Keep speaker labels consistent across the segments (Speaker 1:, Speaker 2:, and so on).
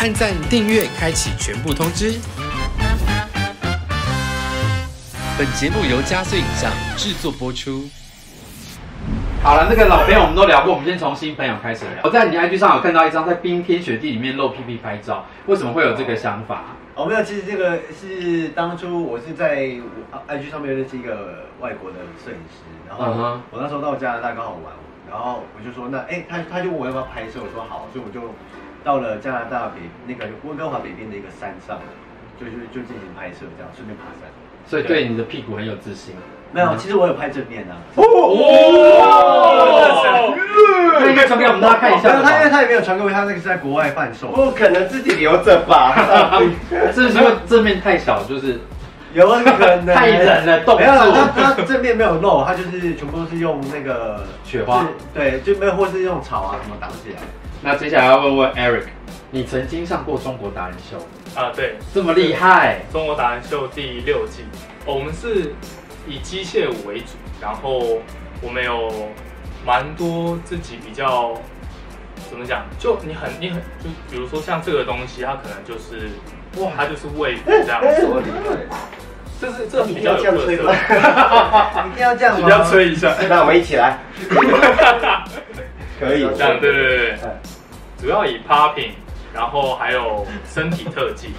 Speaker 1: 按赞、订阅、开启全部通知。本节目由加岁影像制作播出。好了，那个老朋友我们都聊过，我们先从新朋友开始聊。我在你 IG 上有看到一张在冰天雪地里面露屁屁拍照，为什么会有这个想法？
Speaker 2: 哦，没有，其实这个是当初我是在我 IG 上面认识一个外国的摄影师，然后
Speaker 1: 嗯哼
Speaker 2: 我那时候到加拿大刚好玩，然后我就说那哎、他他就问我要不要拍摄，我说好，所以我就到了加拿大北那个温哥华北边的一个山上，就就就进行拍摄，这样顺便爬山。
Speaker 1: 所以对你的屁股很有自信。
Speaker 2: 没
Speaker 1: 嗯
Speaker 2: 有，其实我有拍正面啊，
Speaker 3: 哦，
Speaker 1: 那应该传给我们大家看一下
Speaker 2: 没有他因为
Speaker 1: 吧。哦
Speaker 2: 他也没有传给我，他那个是在国外贩售。
Speaker 3: 不可能自己留着吧？
Speaker 1: 这是因为正面太小，就是
Speaker 2: 有啊那 个呢
Speaker 1: 太冷了冻住
Speaker 2: 没有啦，它它正面没有漏，它就是全部都是用那个
Speaker 1: 雪花
Speaker 2: 是对，就没有或是用草啊什么挡起来。
Speaker 1: 那接下来要问问 Eric，你曾经上过中国达人秀，
Speaker 3: 啊，对，
Speaker 1: 这么厉害，
Speaker 3: 《中国达人秀》第六季，哦我们是以机械舞为主，然后我们有蛮多自己比较怎么讲，就你很你很就比如说像这个东西，它可能就是哇，它就是位置这样
Speaker 4: 哎
Speaker 3: 子，这是这是比较有特 色，
Speaker 2: 一定要这样
Speaker 3: 比
Speaker 2: 吗？
Speaker 3: 较 吹一 下，
Speaker 5: 那我们一起来，可以。
Speaker 3: 这样对对对对，主要以 popping，然后还有身体特 技，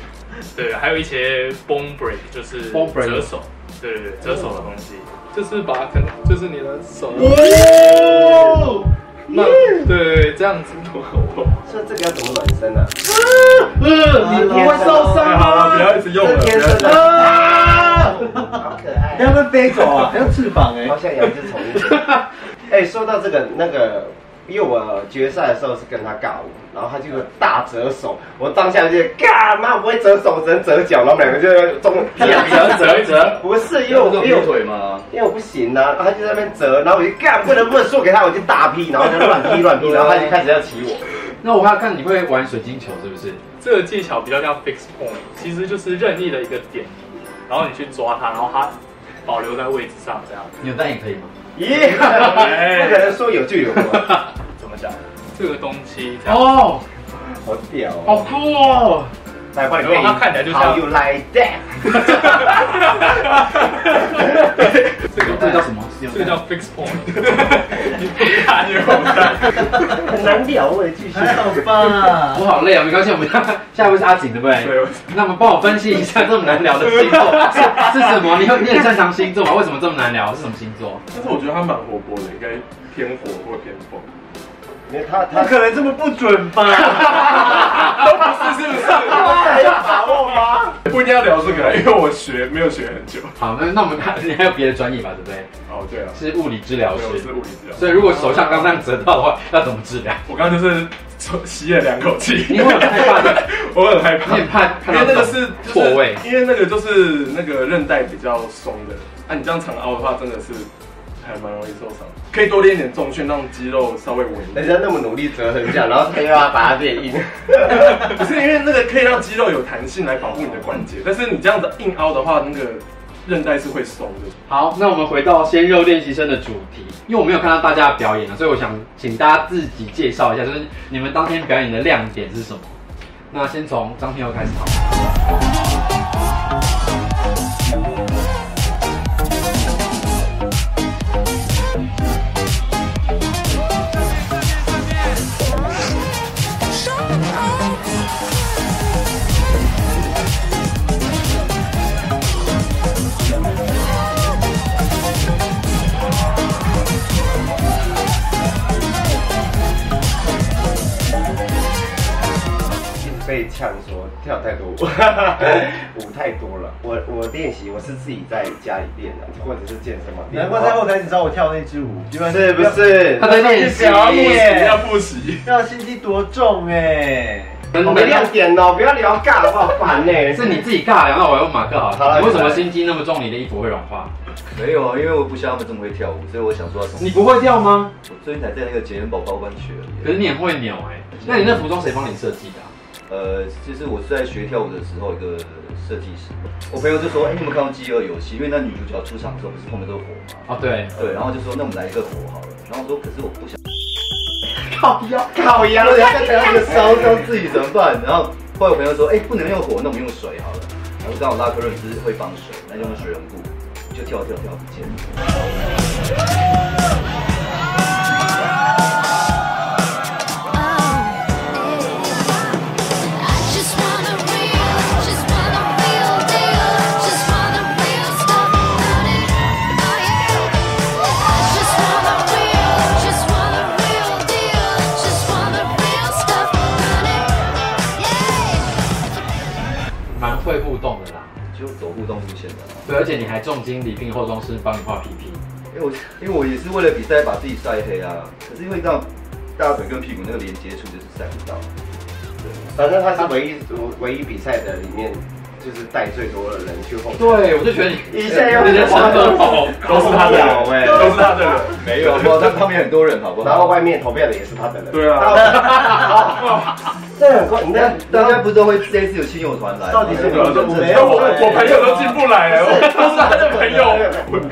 Speaker 3: 对，还有一些 bone break，就是
Speaker 1: Bone break
Speaker 3: 折手，对对对，折手的东西，嗯就是把可能就是你的手，那对对对，这样子，
Speaker 5: 说这个要怎么暖 身呢？
Speaker 1: 你不会受伤
Speaker 3: 好了，不
Speaker 1: 吗？
Speaker 3: 要一直用了，
Speaker 5: 这天生
Speaker 3: 不要
Speaker 5: 的，
Speaker 1: 啊！
Speaker 5: 好可爱
Speaker 2: 你。要不 要飞走啊？还有翅膀哎、
Speaker 5: 好像养一只宠物。哎、说到这个那个，因为我决赛的时候是跟他尬舞，然后他就大折手，我当下就干妈我不会折手，只能折脚，然后我们两个就中
Speaker 1: 折折折，
Speaker 5: 不是因为我因为我
Speaker 1: 吗？
Speaker 5: 因为我不行啊，然后他就在那边折，然后我就干不能不能输给他，我就大劈，然后就乱劈 乱劈，然 后他就开始要骑我。
Speaker 1: 那我还要看你会玩水晶球是不是？
Speaker 3: 这个技巧比较像 fix point，其实就是任意的一个点，然后你去抓它，然后它保留在位置上，这样
Speaker 1: 扭蛋也可以吗？
Speaker 5: 咦，不可能说有就有啊，
Speaker 3: 怎么讲？这个东西这样。
Speaker 1: 哦，
Speaker 5: 好屌
Speaker 1: 好
Speaker 5: 哦！
Speaker 1: 酷哦！
Speaker 5: 来帮你
Speaker 3: 没有他看起来就像
Speaker 5: How you like that？
Speaker 3: 这个
Speaker 1: 这个叫什么？
Speaker 3: 这个叫 fix point，你不看你好蛋。
Speaker 5: 很难聊哎，继续。
Speaker 2: 还好吧
Speaker 1: 我好累啊，没关系，我们下下一位是阿景，对不对？
Speaker 3: 对，
Speaker 1: 那我们帮我分析一下这么难聊的星座 是是什么？你很你很擅长星座吗？为什么这么难聊？是什么星座？
Speaker 4: 但是我觉得他蛮活泼的，应该偏活或偏 疯。
Speaker 5: 因为他
Speaker 2: 不
Speaker 5: 他
Speaker 2: 可能这么不准吧？
Speaker 4: 是不是？
Speaker 5: 有把握吗？
Speaker 4: 不一定要聊这个，因为我学没有学很久。
Speaker 1: 好，那那我们看你还有别的专业吧，对不对？
Speaker 4: 哦，对啊，
Speaker 1: 是物理治疗
Speaker 4: 对我是
Speaker 1: 师，
Speaker 4: 物理治疗。
Speaker 1: 所以如果手像刚刚折到的话，要怎么治 疗？
Speaker 4: 我刚刚就是抽吸了两口 气，
Speaker 1: 你会很害怕的，
Speaker 4: 我很害
Speaker 1: 你
Speaker 4: 怕，
Speaker 1: 很怕看
Speaker 4: 因
Speaker 1: 到
Speaker 4: 为那个是就是
Speaker 1: 错位，
Speaker 4: 因为那个就是那个韧带比较松的，啊，你这样常凹的话，真的是还蛮容易受伤。可以多练一点重训，让肌肉稍微稳一点
Speaker 5: 人。家那么努力折成这样，然后他又要把它变硬，
Speaker 4: 不是因为那个可以让肌肉有弹性来保护你的关节，但是你这样子硬凹的话，那个韧带是会松的。
Speaker 1: 好，那我们回到鲜肉练习生的主题，因为我没有看到大家的表演啊，所以我想请大家自己介绍一下，就是你们当天表演的亮点是什么？那先从张天佑开始好了。
Speaker 5: 被呛说跳太多 舞，舞太多了。我我练习我是自己在家里练的，或者是健身房练。
Speaker 2: 难怪在后台只找我跳那支舞，因为
Speaker 5: 是不是
Speaker 1: 他？在练习，
Speaker 2: 表
Speaker 4: 复
Speaker 2: 演
Speaker 4: 啊习要复习。
Speaker 2: 要心机多重哎、
Speaker 5: 我没亮点哦，不要聊尬好不好烦欸呢？
Speaker 1: 哎是你自己尬聊，那我要问马克好
Speaker 5: 好
Speaker 1: 了。
Speaker 5: 了
Speaker 1: 你嗯为什么心机那么重？你的衣服会融化？
Speaker 6: 没有啊，因为我不像他们这么会跳舞，所以我想说要从
Speaker 1: 你不会跳吗？
Speaker 6: 我最近才在那个节人宝宝班学而已。啊
Speaker 1: 可是你很会扭哎、那你那服装谁帮你设计的啊、
Speaker 6: 呃，就是我是在学跳舞的时候，一个设计师，我朋友就说，哎、你有没有看过《饥饿游戏》？因为那女主角出场的时候不是后面都是火
Speaker 1: 哦，
Speaker 6: 吗？
Speaker 1: 对，
Speaker 6: 对，然后就说那我们来一个火好了。然后我说可是我 不想，
Speaker 5: 靠腰，靠腰，人家在那个
Speaker 6: 烧到自己怎么办？然后后来我朋友说，哎、不能用火，那我们用水好了。然后刚好拉克润是会放水，那就用水龙骨，就跳跳跳不见了。
Speaker 7: Just want the real, just want the real deal, just want the real stuff about it, about you. Just want the real, just want the real deal, just want the real stuff about it, yeah.
Speaker 1: 蛮会互动的啦。
Speaker 6: 就走互动路线的、啊。
Speaker 1: 对，而且你还重金礼聘化妆师帮你画 PP，
Speaker 6: 因为我因为我也是为了比赛把自己晒黑啊，可是因为你知道大腿跟屁股那个连接处就是晒不到，
Speaker 5: 反正他是唯一唯一比赛的里面，就是带最多的人去后台。
Speaker 1: 对我就觉得你
Speaker 5: 一下又
Speaker 1: 那些成本好
Speaker 4: 哦都是他的人，
Speaker 5: 哎
Speaker 4: 都是他的人。
Speaker 6: 没有，他他们也很多人好不好？
Speaker 5: 然后外面投票的也是他的人。
Speaker 4: 对啊
Speaker 5: 啊， 这很怪，你
Speaker 6: 大
Speaker 5: 那
Speaker 6: 家大家不是都会这次有亲友团来，
Speaker 2: 到底是
Speaker 4: 我我我朋友都进不来了，我都是他的朋友。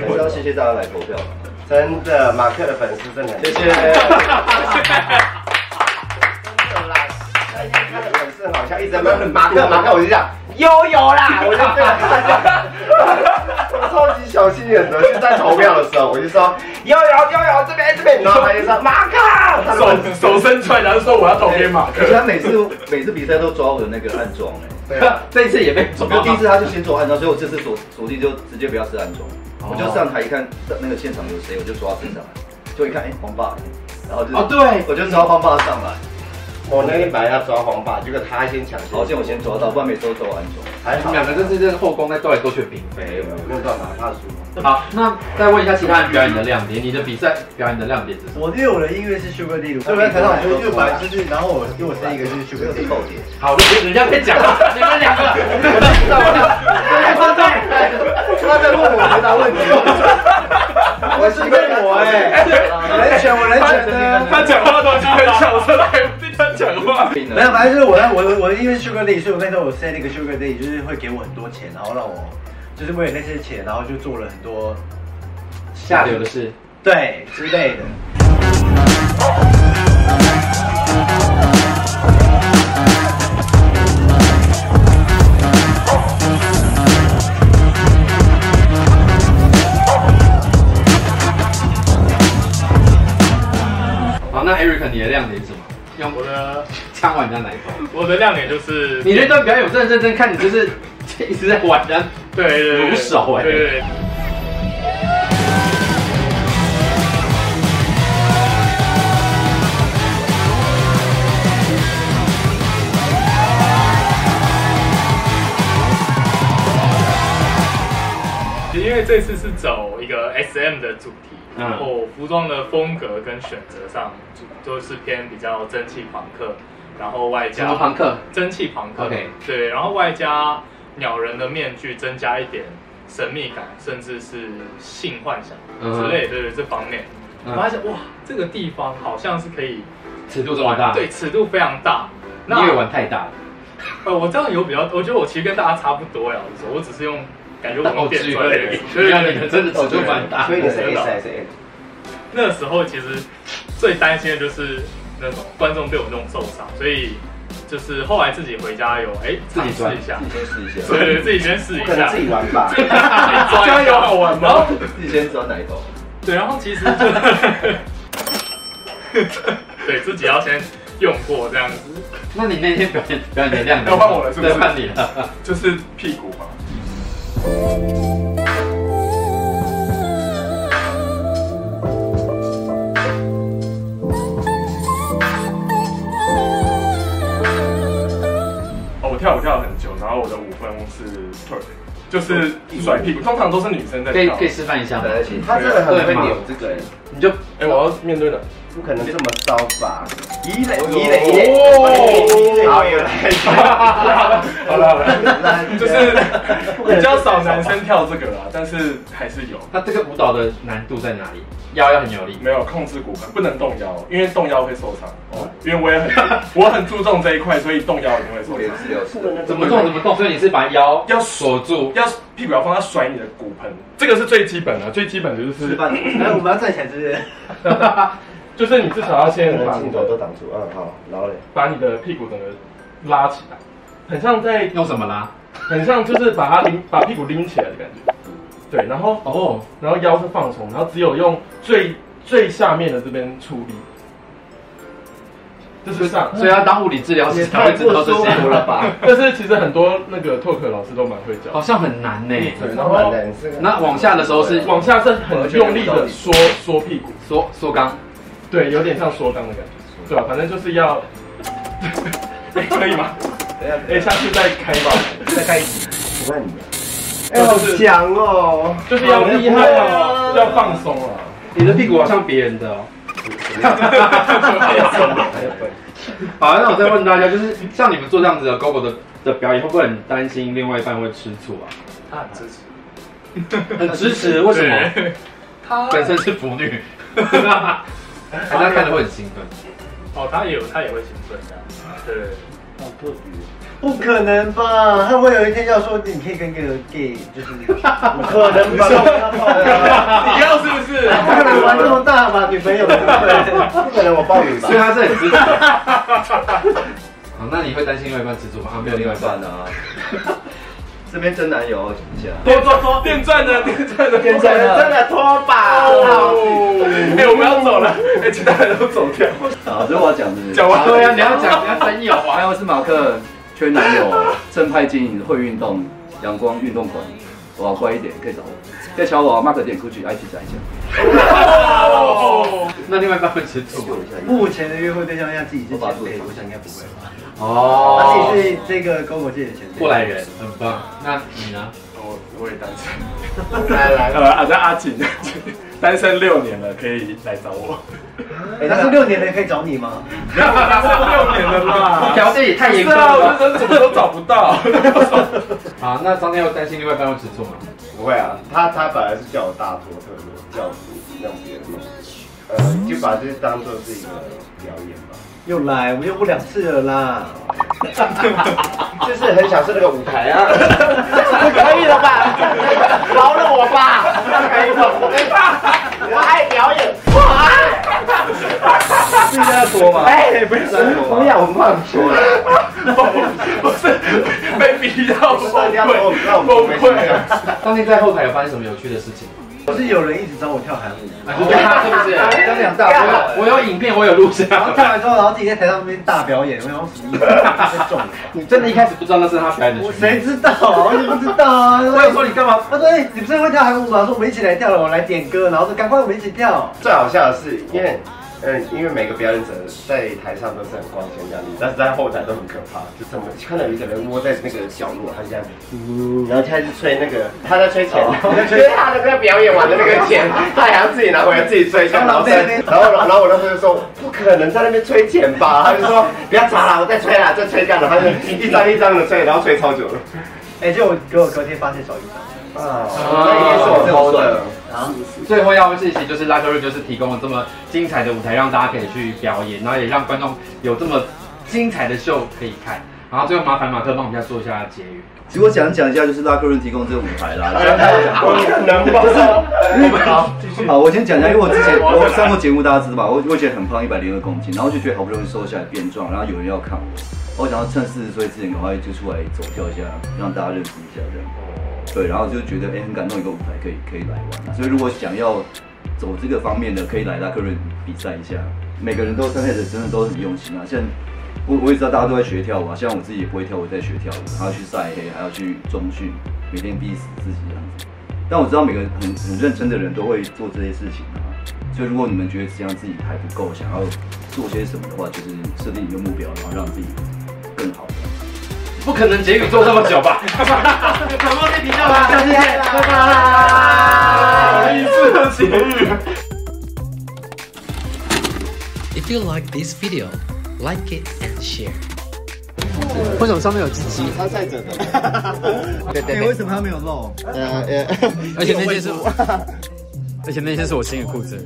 Speaker 6: 还是要谢谢大家来投票。
Speaker 5: 真的马克的粉丝真的很
Speaker 6: 谢谢，
Speaker 5: 有啦，那一天看的粉丝好像一直在骂马 克马克，我就这样悠悠啦，我就这样看 着，我超级小心眼的，就在投票的时候，我就说悠悠悠悠这边这边，然后他就说马克，他说
Speaker 4: 手手伸出来，然后说我要投给马
Speaker 6: 而
Speaker 4: 克。
Speaker 6: 且他每次每次比赛都抓我的那个暗装哎、
Speaker 5: 对啊，
Speaker 1: 这一次也被抓
Speaker 6: 我第一次他就先做暗装，所以我这次锁锁定就直接不要吃暗装，我就上台一看那个现场有谁，我就抓谁上来，就一看哎、黄爸，然后就
Speaker 1: 哦对，
Speaker 6: 我就抓黄爸上来，
Speaker 5: 我那天本来要抓黄爸，结果他先抢先，
Speaker 6: 好险我先抓到，不然每次都抓暗装。
Speaker 5: 还
Speaker 1: 你
Speaker 5: 好
Speaker 1: 们，两个真是真是后宫在斗来斗去的嫔
Speaker 5: 没
Speaker 1: 妃
Speaker 5: 有。没有办法，怕输。
Speaker 1: 好，那再问一下其他人表演的亮点，你的比赛表演的亮点是什么？
Speaker 2: 我因为我的音乐是 Sugar Daddy，
Speaker 5: 所以我在台上我就
Speaker 2: 就就把就是，然后我因为我是一个就是 Sugar
Speaker 6: 是
Speaker 2: Daddy，
Speaker 6: 爆点，
Speaker 1: 好，人家在讲，你们两个，
Speaker 5: 哎他在问我回答 问题，
Speaker 2: 我是跟我哎，人选我人选的。
Speaker 4: 他讲话都已经很小声了，还不听他讲话。
Speaker 2: 没有，反正就是我在我的我的因为 Sugar Day，所以我那时候我 set 那个 Sugar Day，就是会给我很多钱，然后让我就是为了那些钱，然后就做了很多
Speaker 1: 下流的事。
Speaker 2: 对之类的。
Speaker 1: 好，那 Eric 你的亮点是什么？用
Speaker 3: 我的
Speaker 1: 枪往人家奶头。
Speaker 3: 我的亮点就是
Speaker 1: 你那段表演，我真的认真看你，就是一直在玩人家。
Speaker 3: 对对对对
Speaker 1: 如手欸
Speaker 3: 对对对。其实因为这次是走一个 S M 的主题，
Speaker 1: 嗯
Speaker 3: 然后服装的风格跟选择上主都是偏比较蒸汽朋克，然后外
Speaker 1: 什
Speaker 3: 加
Speaker 1: 么朋克？
Speaker 3: 蒸汽朋克
Speaker 1: OK
Speaker 3: 对，然后外加鸟人的面具，增加一点神秘感，甚至是性幻想之类的，对对这方面。
Speaker 1: 嗯
Speaker 3: 我发现哇，这个地方好像是可以
Speaker 1: 尺度这么大，
Speaker 3: 对，尺度非常大。
Speaker 1: 你也玩太大了。
Speaker 3: 呃，我这样有比较，我觉得我其实跟大家差不多呀，我我只是用感觉我
Speaker 1: 道
Speaker 3: 们变
Speaker 1: 具
Speaker 3: 出来的
Speaker 1: 类
Speaker 3: 对，
Speaker 1: 对
Speaker 3: 对
Speaker 1: 啊，
Speaker 3: 对
Speaker 1: 你的真的尺度蛮大
Speaker 5: 所以你
Speaker 1: 的。
Speaker 5: 是 S 还是 M？
Speaker 3: 那时候其实最担心的就是那种观众被我弄受伤，所以就是后来自己回家有哎
Speaker 1: 自己
Speaker 3: 尝试一下，
Speaker 6: 自己先试一下，
Speaker 3: 对对，自己先试一
Speaker 5: 可
Speaker 3: 下
Speaker 5: 能自，己玩吧。
Speaker 3: 加油好玩吗？然后
Speaker 6: 自己先抓奶头。
Speaker 3: 对，然后其实就 对自己要先用过这样子，
Speaker 1: 那你那天表演表演的亮点？
Speaker 4: 要换我了是不是
Speaker 1: 对，换你了。
Speaker 4: 就是屁股嘛，哦，我跳舞跳了很久，然后我的五分是 twerk，就是甩屁股，通常都是女生在
Speaker 1: 可以
Speaker 4: 跳
Speaker 1: 可。以示范一下吗？
Speaker 6: 来起，
Speaker 5: 他真的很会扭这个，
Speaker 1: 你就
Speaker 4: 哎，我要面 对哪？
Speaker 5: 不可能这么骚吧？一垒一垒一垒，
Speaker 4: 哦
Speaker 5: 好有来
Speaker 4: 好了好了好了，就是比较少男生跳这个啦，但是还是有。
Speaker 1: 那这个舞蹈的难度在哪里？腰要很有力。
Speaker 4: 没有控制骨盆，不能动腰，因为动腰会受伤。哦，因为我也很 我很注重这一块，所以动腰一定会
Speaker 6: 我
Speaker 4: 受
Speaker 6: 也
Speaker 4: 伤。
Speaker 6: 是有 事。
Speaker 1: 怎么动怎么动，所以你是把腰
Speaker 4: 要
Speaker 1: 锁住。
Speaker 4: 要屁股要放，要甩你的骨盆，这个是最基本的，最基本的就是
Speaker 6: 吃饭，
Speaker 2: 哎，我们要站起来，是不是？
Speaker 4: 就是你至少要先把
Speaker 5: 镜
Speaker 4: 你
Speaker 5: 头都
Speaker 4: 的
Speaker 5: 挡住，嗯好，然后嘞，
Speaker 4: 把你的屁股整个拉起来，很像在，
Speaker 1: 用什么拉？
Speaker 4: 很像就是把它拎，把屁股拎起来的感觉。对，然后
Speaker 1: 哦，
Speaker 4: 然后腰是放松，然后只有用最最下面的这边处理，就是上。啊
Speaker 6: 嗯
Speaker 1: 所以要当物理治疗师才
Speaker 5: 太
Speaker 1: 会知
Speaker 5: 不
Speaker 1: 道这
Speaker 5: 舒服
Speaker 1: 些，
Speaker 5: 了吧？
Speaker 4: 但是其实很多那个 talk 老师都蛮会教
Speaker 1: 好，像很难呢。
Speaker 4: 对，然
Speaker 5: 然
Speaker 4: 后
Speaker 5: 后
Speaker 1: 那往下的时候是
Speaker 4: 往下是很用力的缩缩屁股，
Speaker 1: 缩缩肛，
Speaker 4: 对，有点像缩肛的感觉，对吧、啊反正就是 要，可以吗？哎，下次再开吧，
Speaker 5: 再 开始，我问你，哎，好强哦，
Speaker 4: 就是要厉害哦，要放松啊。
Speaker 1: 你的屁股好像别人 的哦。好，那我再问大家，就是像你们做这样子的 GoGo 的的表演，会不会很担心另外一半会吃醋啊？
Speaker 3: 他很支持，
Speaker 1: 很支持，为什么？
Speaker 3: 对？他
Speaker 1: 本身是腐 女，大家看着会很兴奋。
Speaker 3: 哦，他也有，他也会兴奋这样。
Speaker 4: 啊
Speaker 3: 对，
Speaker 2: 不可能吧？他会有一天要说你可以跟一个 gay，就是不可能吧？
Speaker 3: 你要是不 是？
Speaker 2: 不可能玩这么大吧，女朋友？
Speaker 5: 不可能我抱你吧
Speaker 1: 所以？他是很支持 的。好，那你会担心另外一半吃醋吗？啊，没有另外一半
Speaker 6: 算。啊。这边真男友，讲
Speaker 4: 多多多，电钻呢？电钻呢？
Speaker 5: 不可能真的拖把，
Speaker 4: 哦，哎，我们要走了，哎，其他人都走掉。
Speaker 6: 好，这我要讲的。
Speaker 4: 讲完
Speaker 1: 对啊，你要讲你要真有啊。
Speaker 6: 还有是马克缺男友，正派经营，会运动，阳光运动馆。哇，乖一点，可以找我，可以瞧我啊，马克点 Gucci，一起讲一讲。
Speaker 4: 哦，
Speaker 1: 那另外一半会吃醋吗？
Speaker 2: 目前的约会对象要自己是前辈，我想应该不会吧？他自
Speaker 1: 哦，
Speaker 2: 己是这个篝火界的前辈。
Speaker 1: 过来人，很棒。那你呢？
Speaker 4: 我我也单身。
Speaker 5: 来来，
Speaker 4: 呃，好像阿锦，单身六年了，可以来找我。
Speaker 2: 哎，他是六年的可以找你吗？
Speaker 4: 单身六年了啦，
Speaker 1: 条件也太严
Speaker 4: 是
Speaker 1: 苛
Speaker 4: 啊，我
Speaker 1: 了
Speaker 4: 就。真的怎么都找不到。
Speaker 1: 好，那张天佑担心另外一半会吃醋吗？
Speaker 5: 不会啊，他他本来是叫我大拖特拖，叫我让别人弄，呃，就把这当做是一个表演吧。
Speaker 2: 又来，我们又不两次了啦。
Speaker 5: 就是很享受那个舞台啊， 可以了吧？ 饶了我吧，可以了，我没办法，
Speaker 2: 哎
Speaker 5: 我爱表演，我爱。
Speaker 6: 是要说吗？
Speaker 5: 哎，不是，不要放手，
Speaker 4: 不是被逼到崩
Speaker 5: 大家都知道我
Speaker 4: 溃，崩
Speaker 5: 们
Speaker 4: 溃了。
Speaker 1: 当天在后台有发生什么有趣的事情吗？
Speaker 2: 可是有人一直找我跳韩舞，
Speaker 1: 啊，就是他是不是？
Speaker 6: 当两大
Speaker 1: 我有我有影片，我有录
Speaker 2: 然后
Speaker 1: 下。
Speaker 2: 跳完之后，然后自己在台上那边大表演，我想说什嗯么意思？太重了吧？
Speaker 1: 你真的一开始不知道那是他表演的
Speaker 2: 我
Speaker 1: 曲目？
Speaker 2: 谁知道啊？我就不知道啊。
Speaker 1: 我有说你干嘛？
Speaker 2: 他说：“哎、你不是会跳韩舞吗？”说：“我们一起来跳了，我来点歌。”然后说：“赶快，我们一起跳。
Speaker 5: 最好笑的是，因为。嗯，因为每个表演者在台上都是很光鲜亮丽，但是在后台都很可怕。就怎么看到有一个人窝在那个角落，他就这样，嗯，然后他就吹那个，他在吹钱，因为他的那个表演完的那个钱， 他还要自己拿回来自己吹一下，然后再，然后然后我那时候就说不可能在那边吹钱吧，他就说不要砸啦，我再吹啦，再吹干了，他就一张一张的吹，然后吹超久了。
Speaker 2: 哎，结果给我隔天发现小鱼长
Speaker 5: 啊，那一定是我偷的。
Speaker 2: 啊，
Speaker 1: 最后要谢谢就是拉克瑞，就是提供了这么精彩的舞台，让大家可以去表演，然后也让观众有这么精彩的秀可以看。然后最后麻烦马克帮我们再做一下结语。
Speaker 6: 其实我想讲一下，就是拉克润提供这个舞台 啦。
Speaker 5: 我能吧？
Speaker 6: 啊好，我先讲一下，因为我之前我上过节目，大家知道吧？我我以前很胖，一百零二公斤，然后就觉得好不容易瘦下来变壮，然后有人要看我，我想要趁四十岁之前赶快就出来走跳一下，让大家认识一下这样。对，然后就觉得哎、很感动，一个舞台可以可以来玩，啊所以如果想要走这个方面的，可以来拉克瑞比赛一下。每个人都刚开始真的都很用心啊，像我我也知道大家都在学跳舞啊，像我自己也不会跳舞，在学跳舞，还要去晒黑，还要去中训，每天逼死自己这样子。但我知道每个很很认真的人都会做这些事情啊，所以如果你们觉得这样自己还不够，想要做些什么的话，就是设定一个目标，然后让自己更好。
Speaker 1: 不可能结语做这么久吧？广告这频道啦，下次见，拜拜。
Speaker 4: 一次的结语。
Speaker 8: If you like this video, like it and share.
Speaker 2: 哎，为什么他没有露？
Speaker 1: 而且那件是，而且那件是我新的裤子。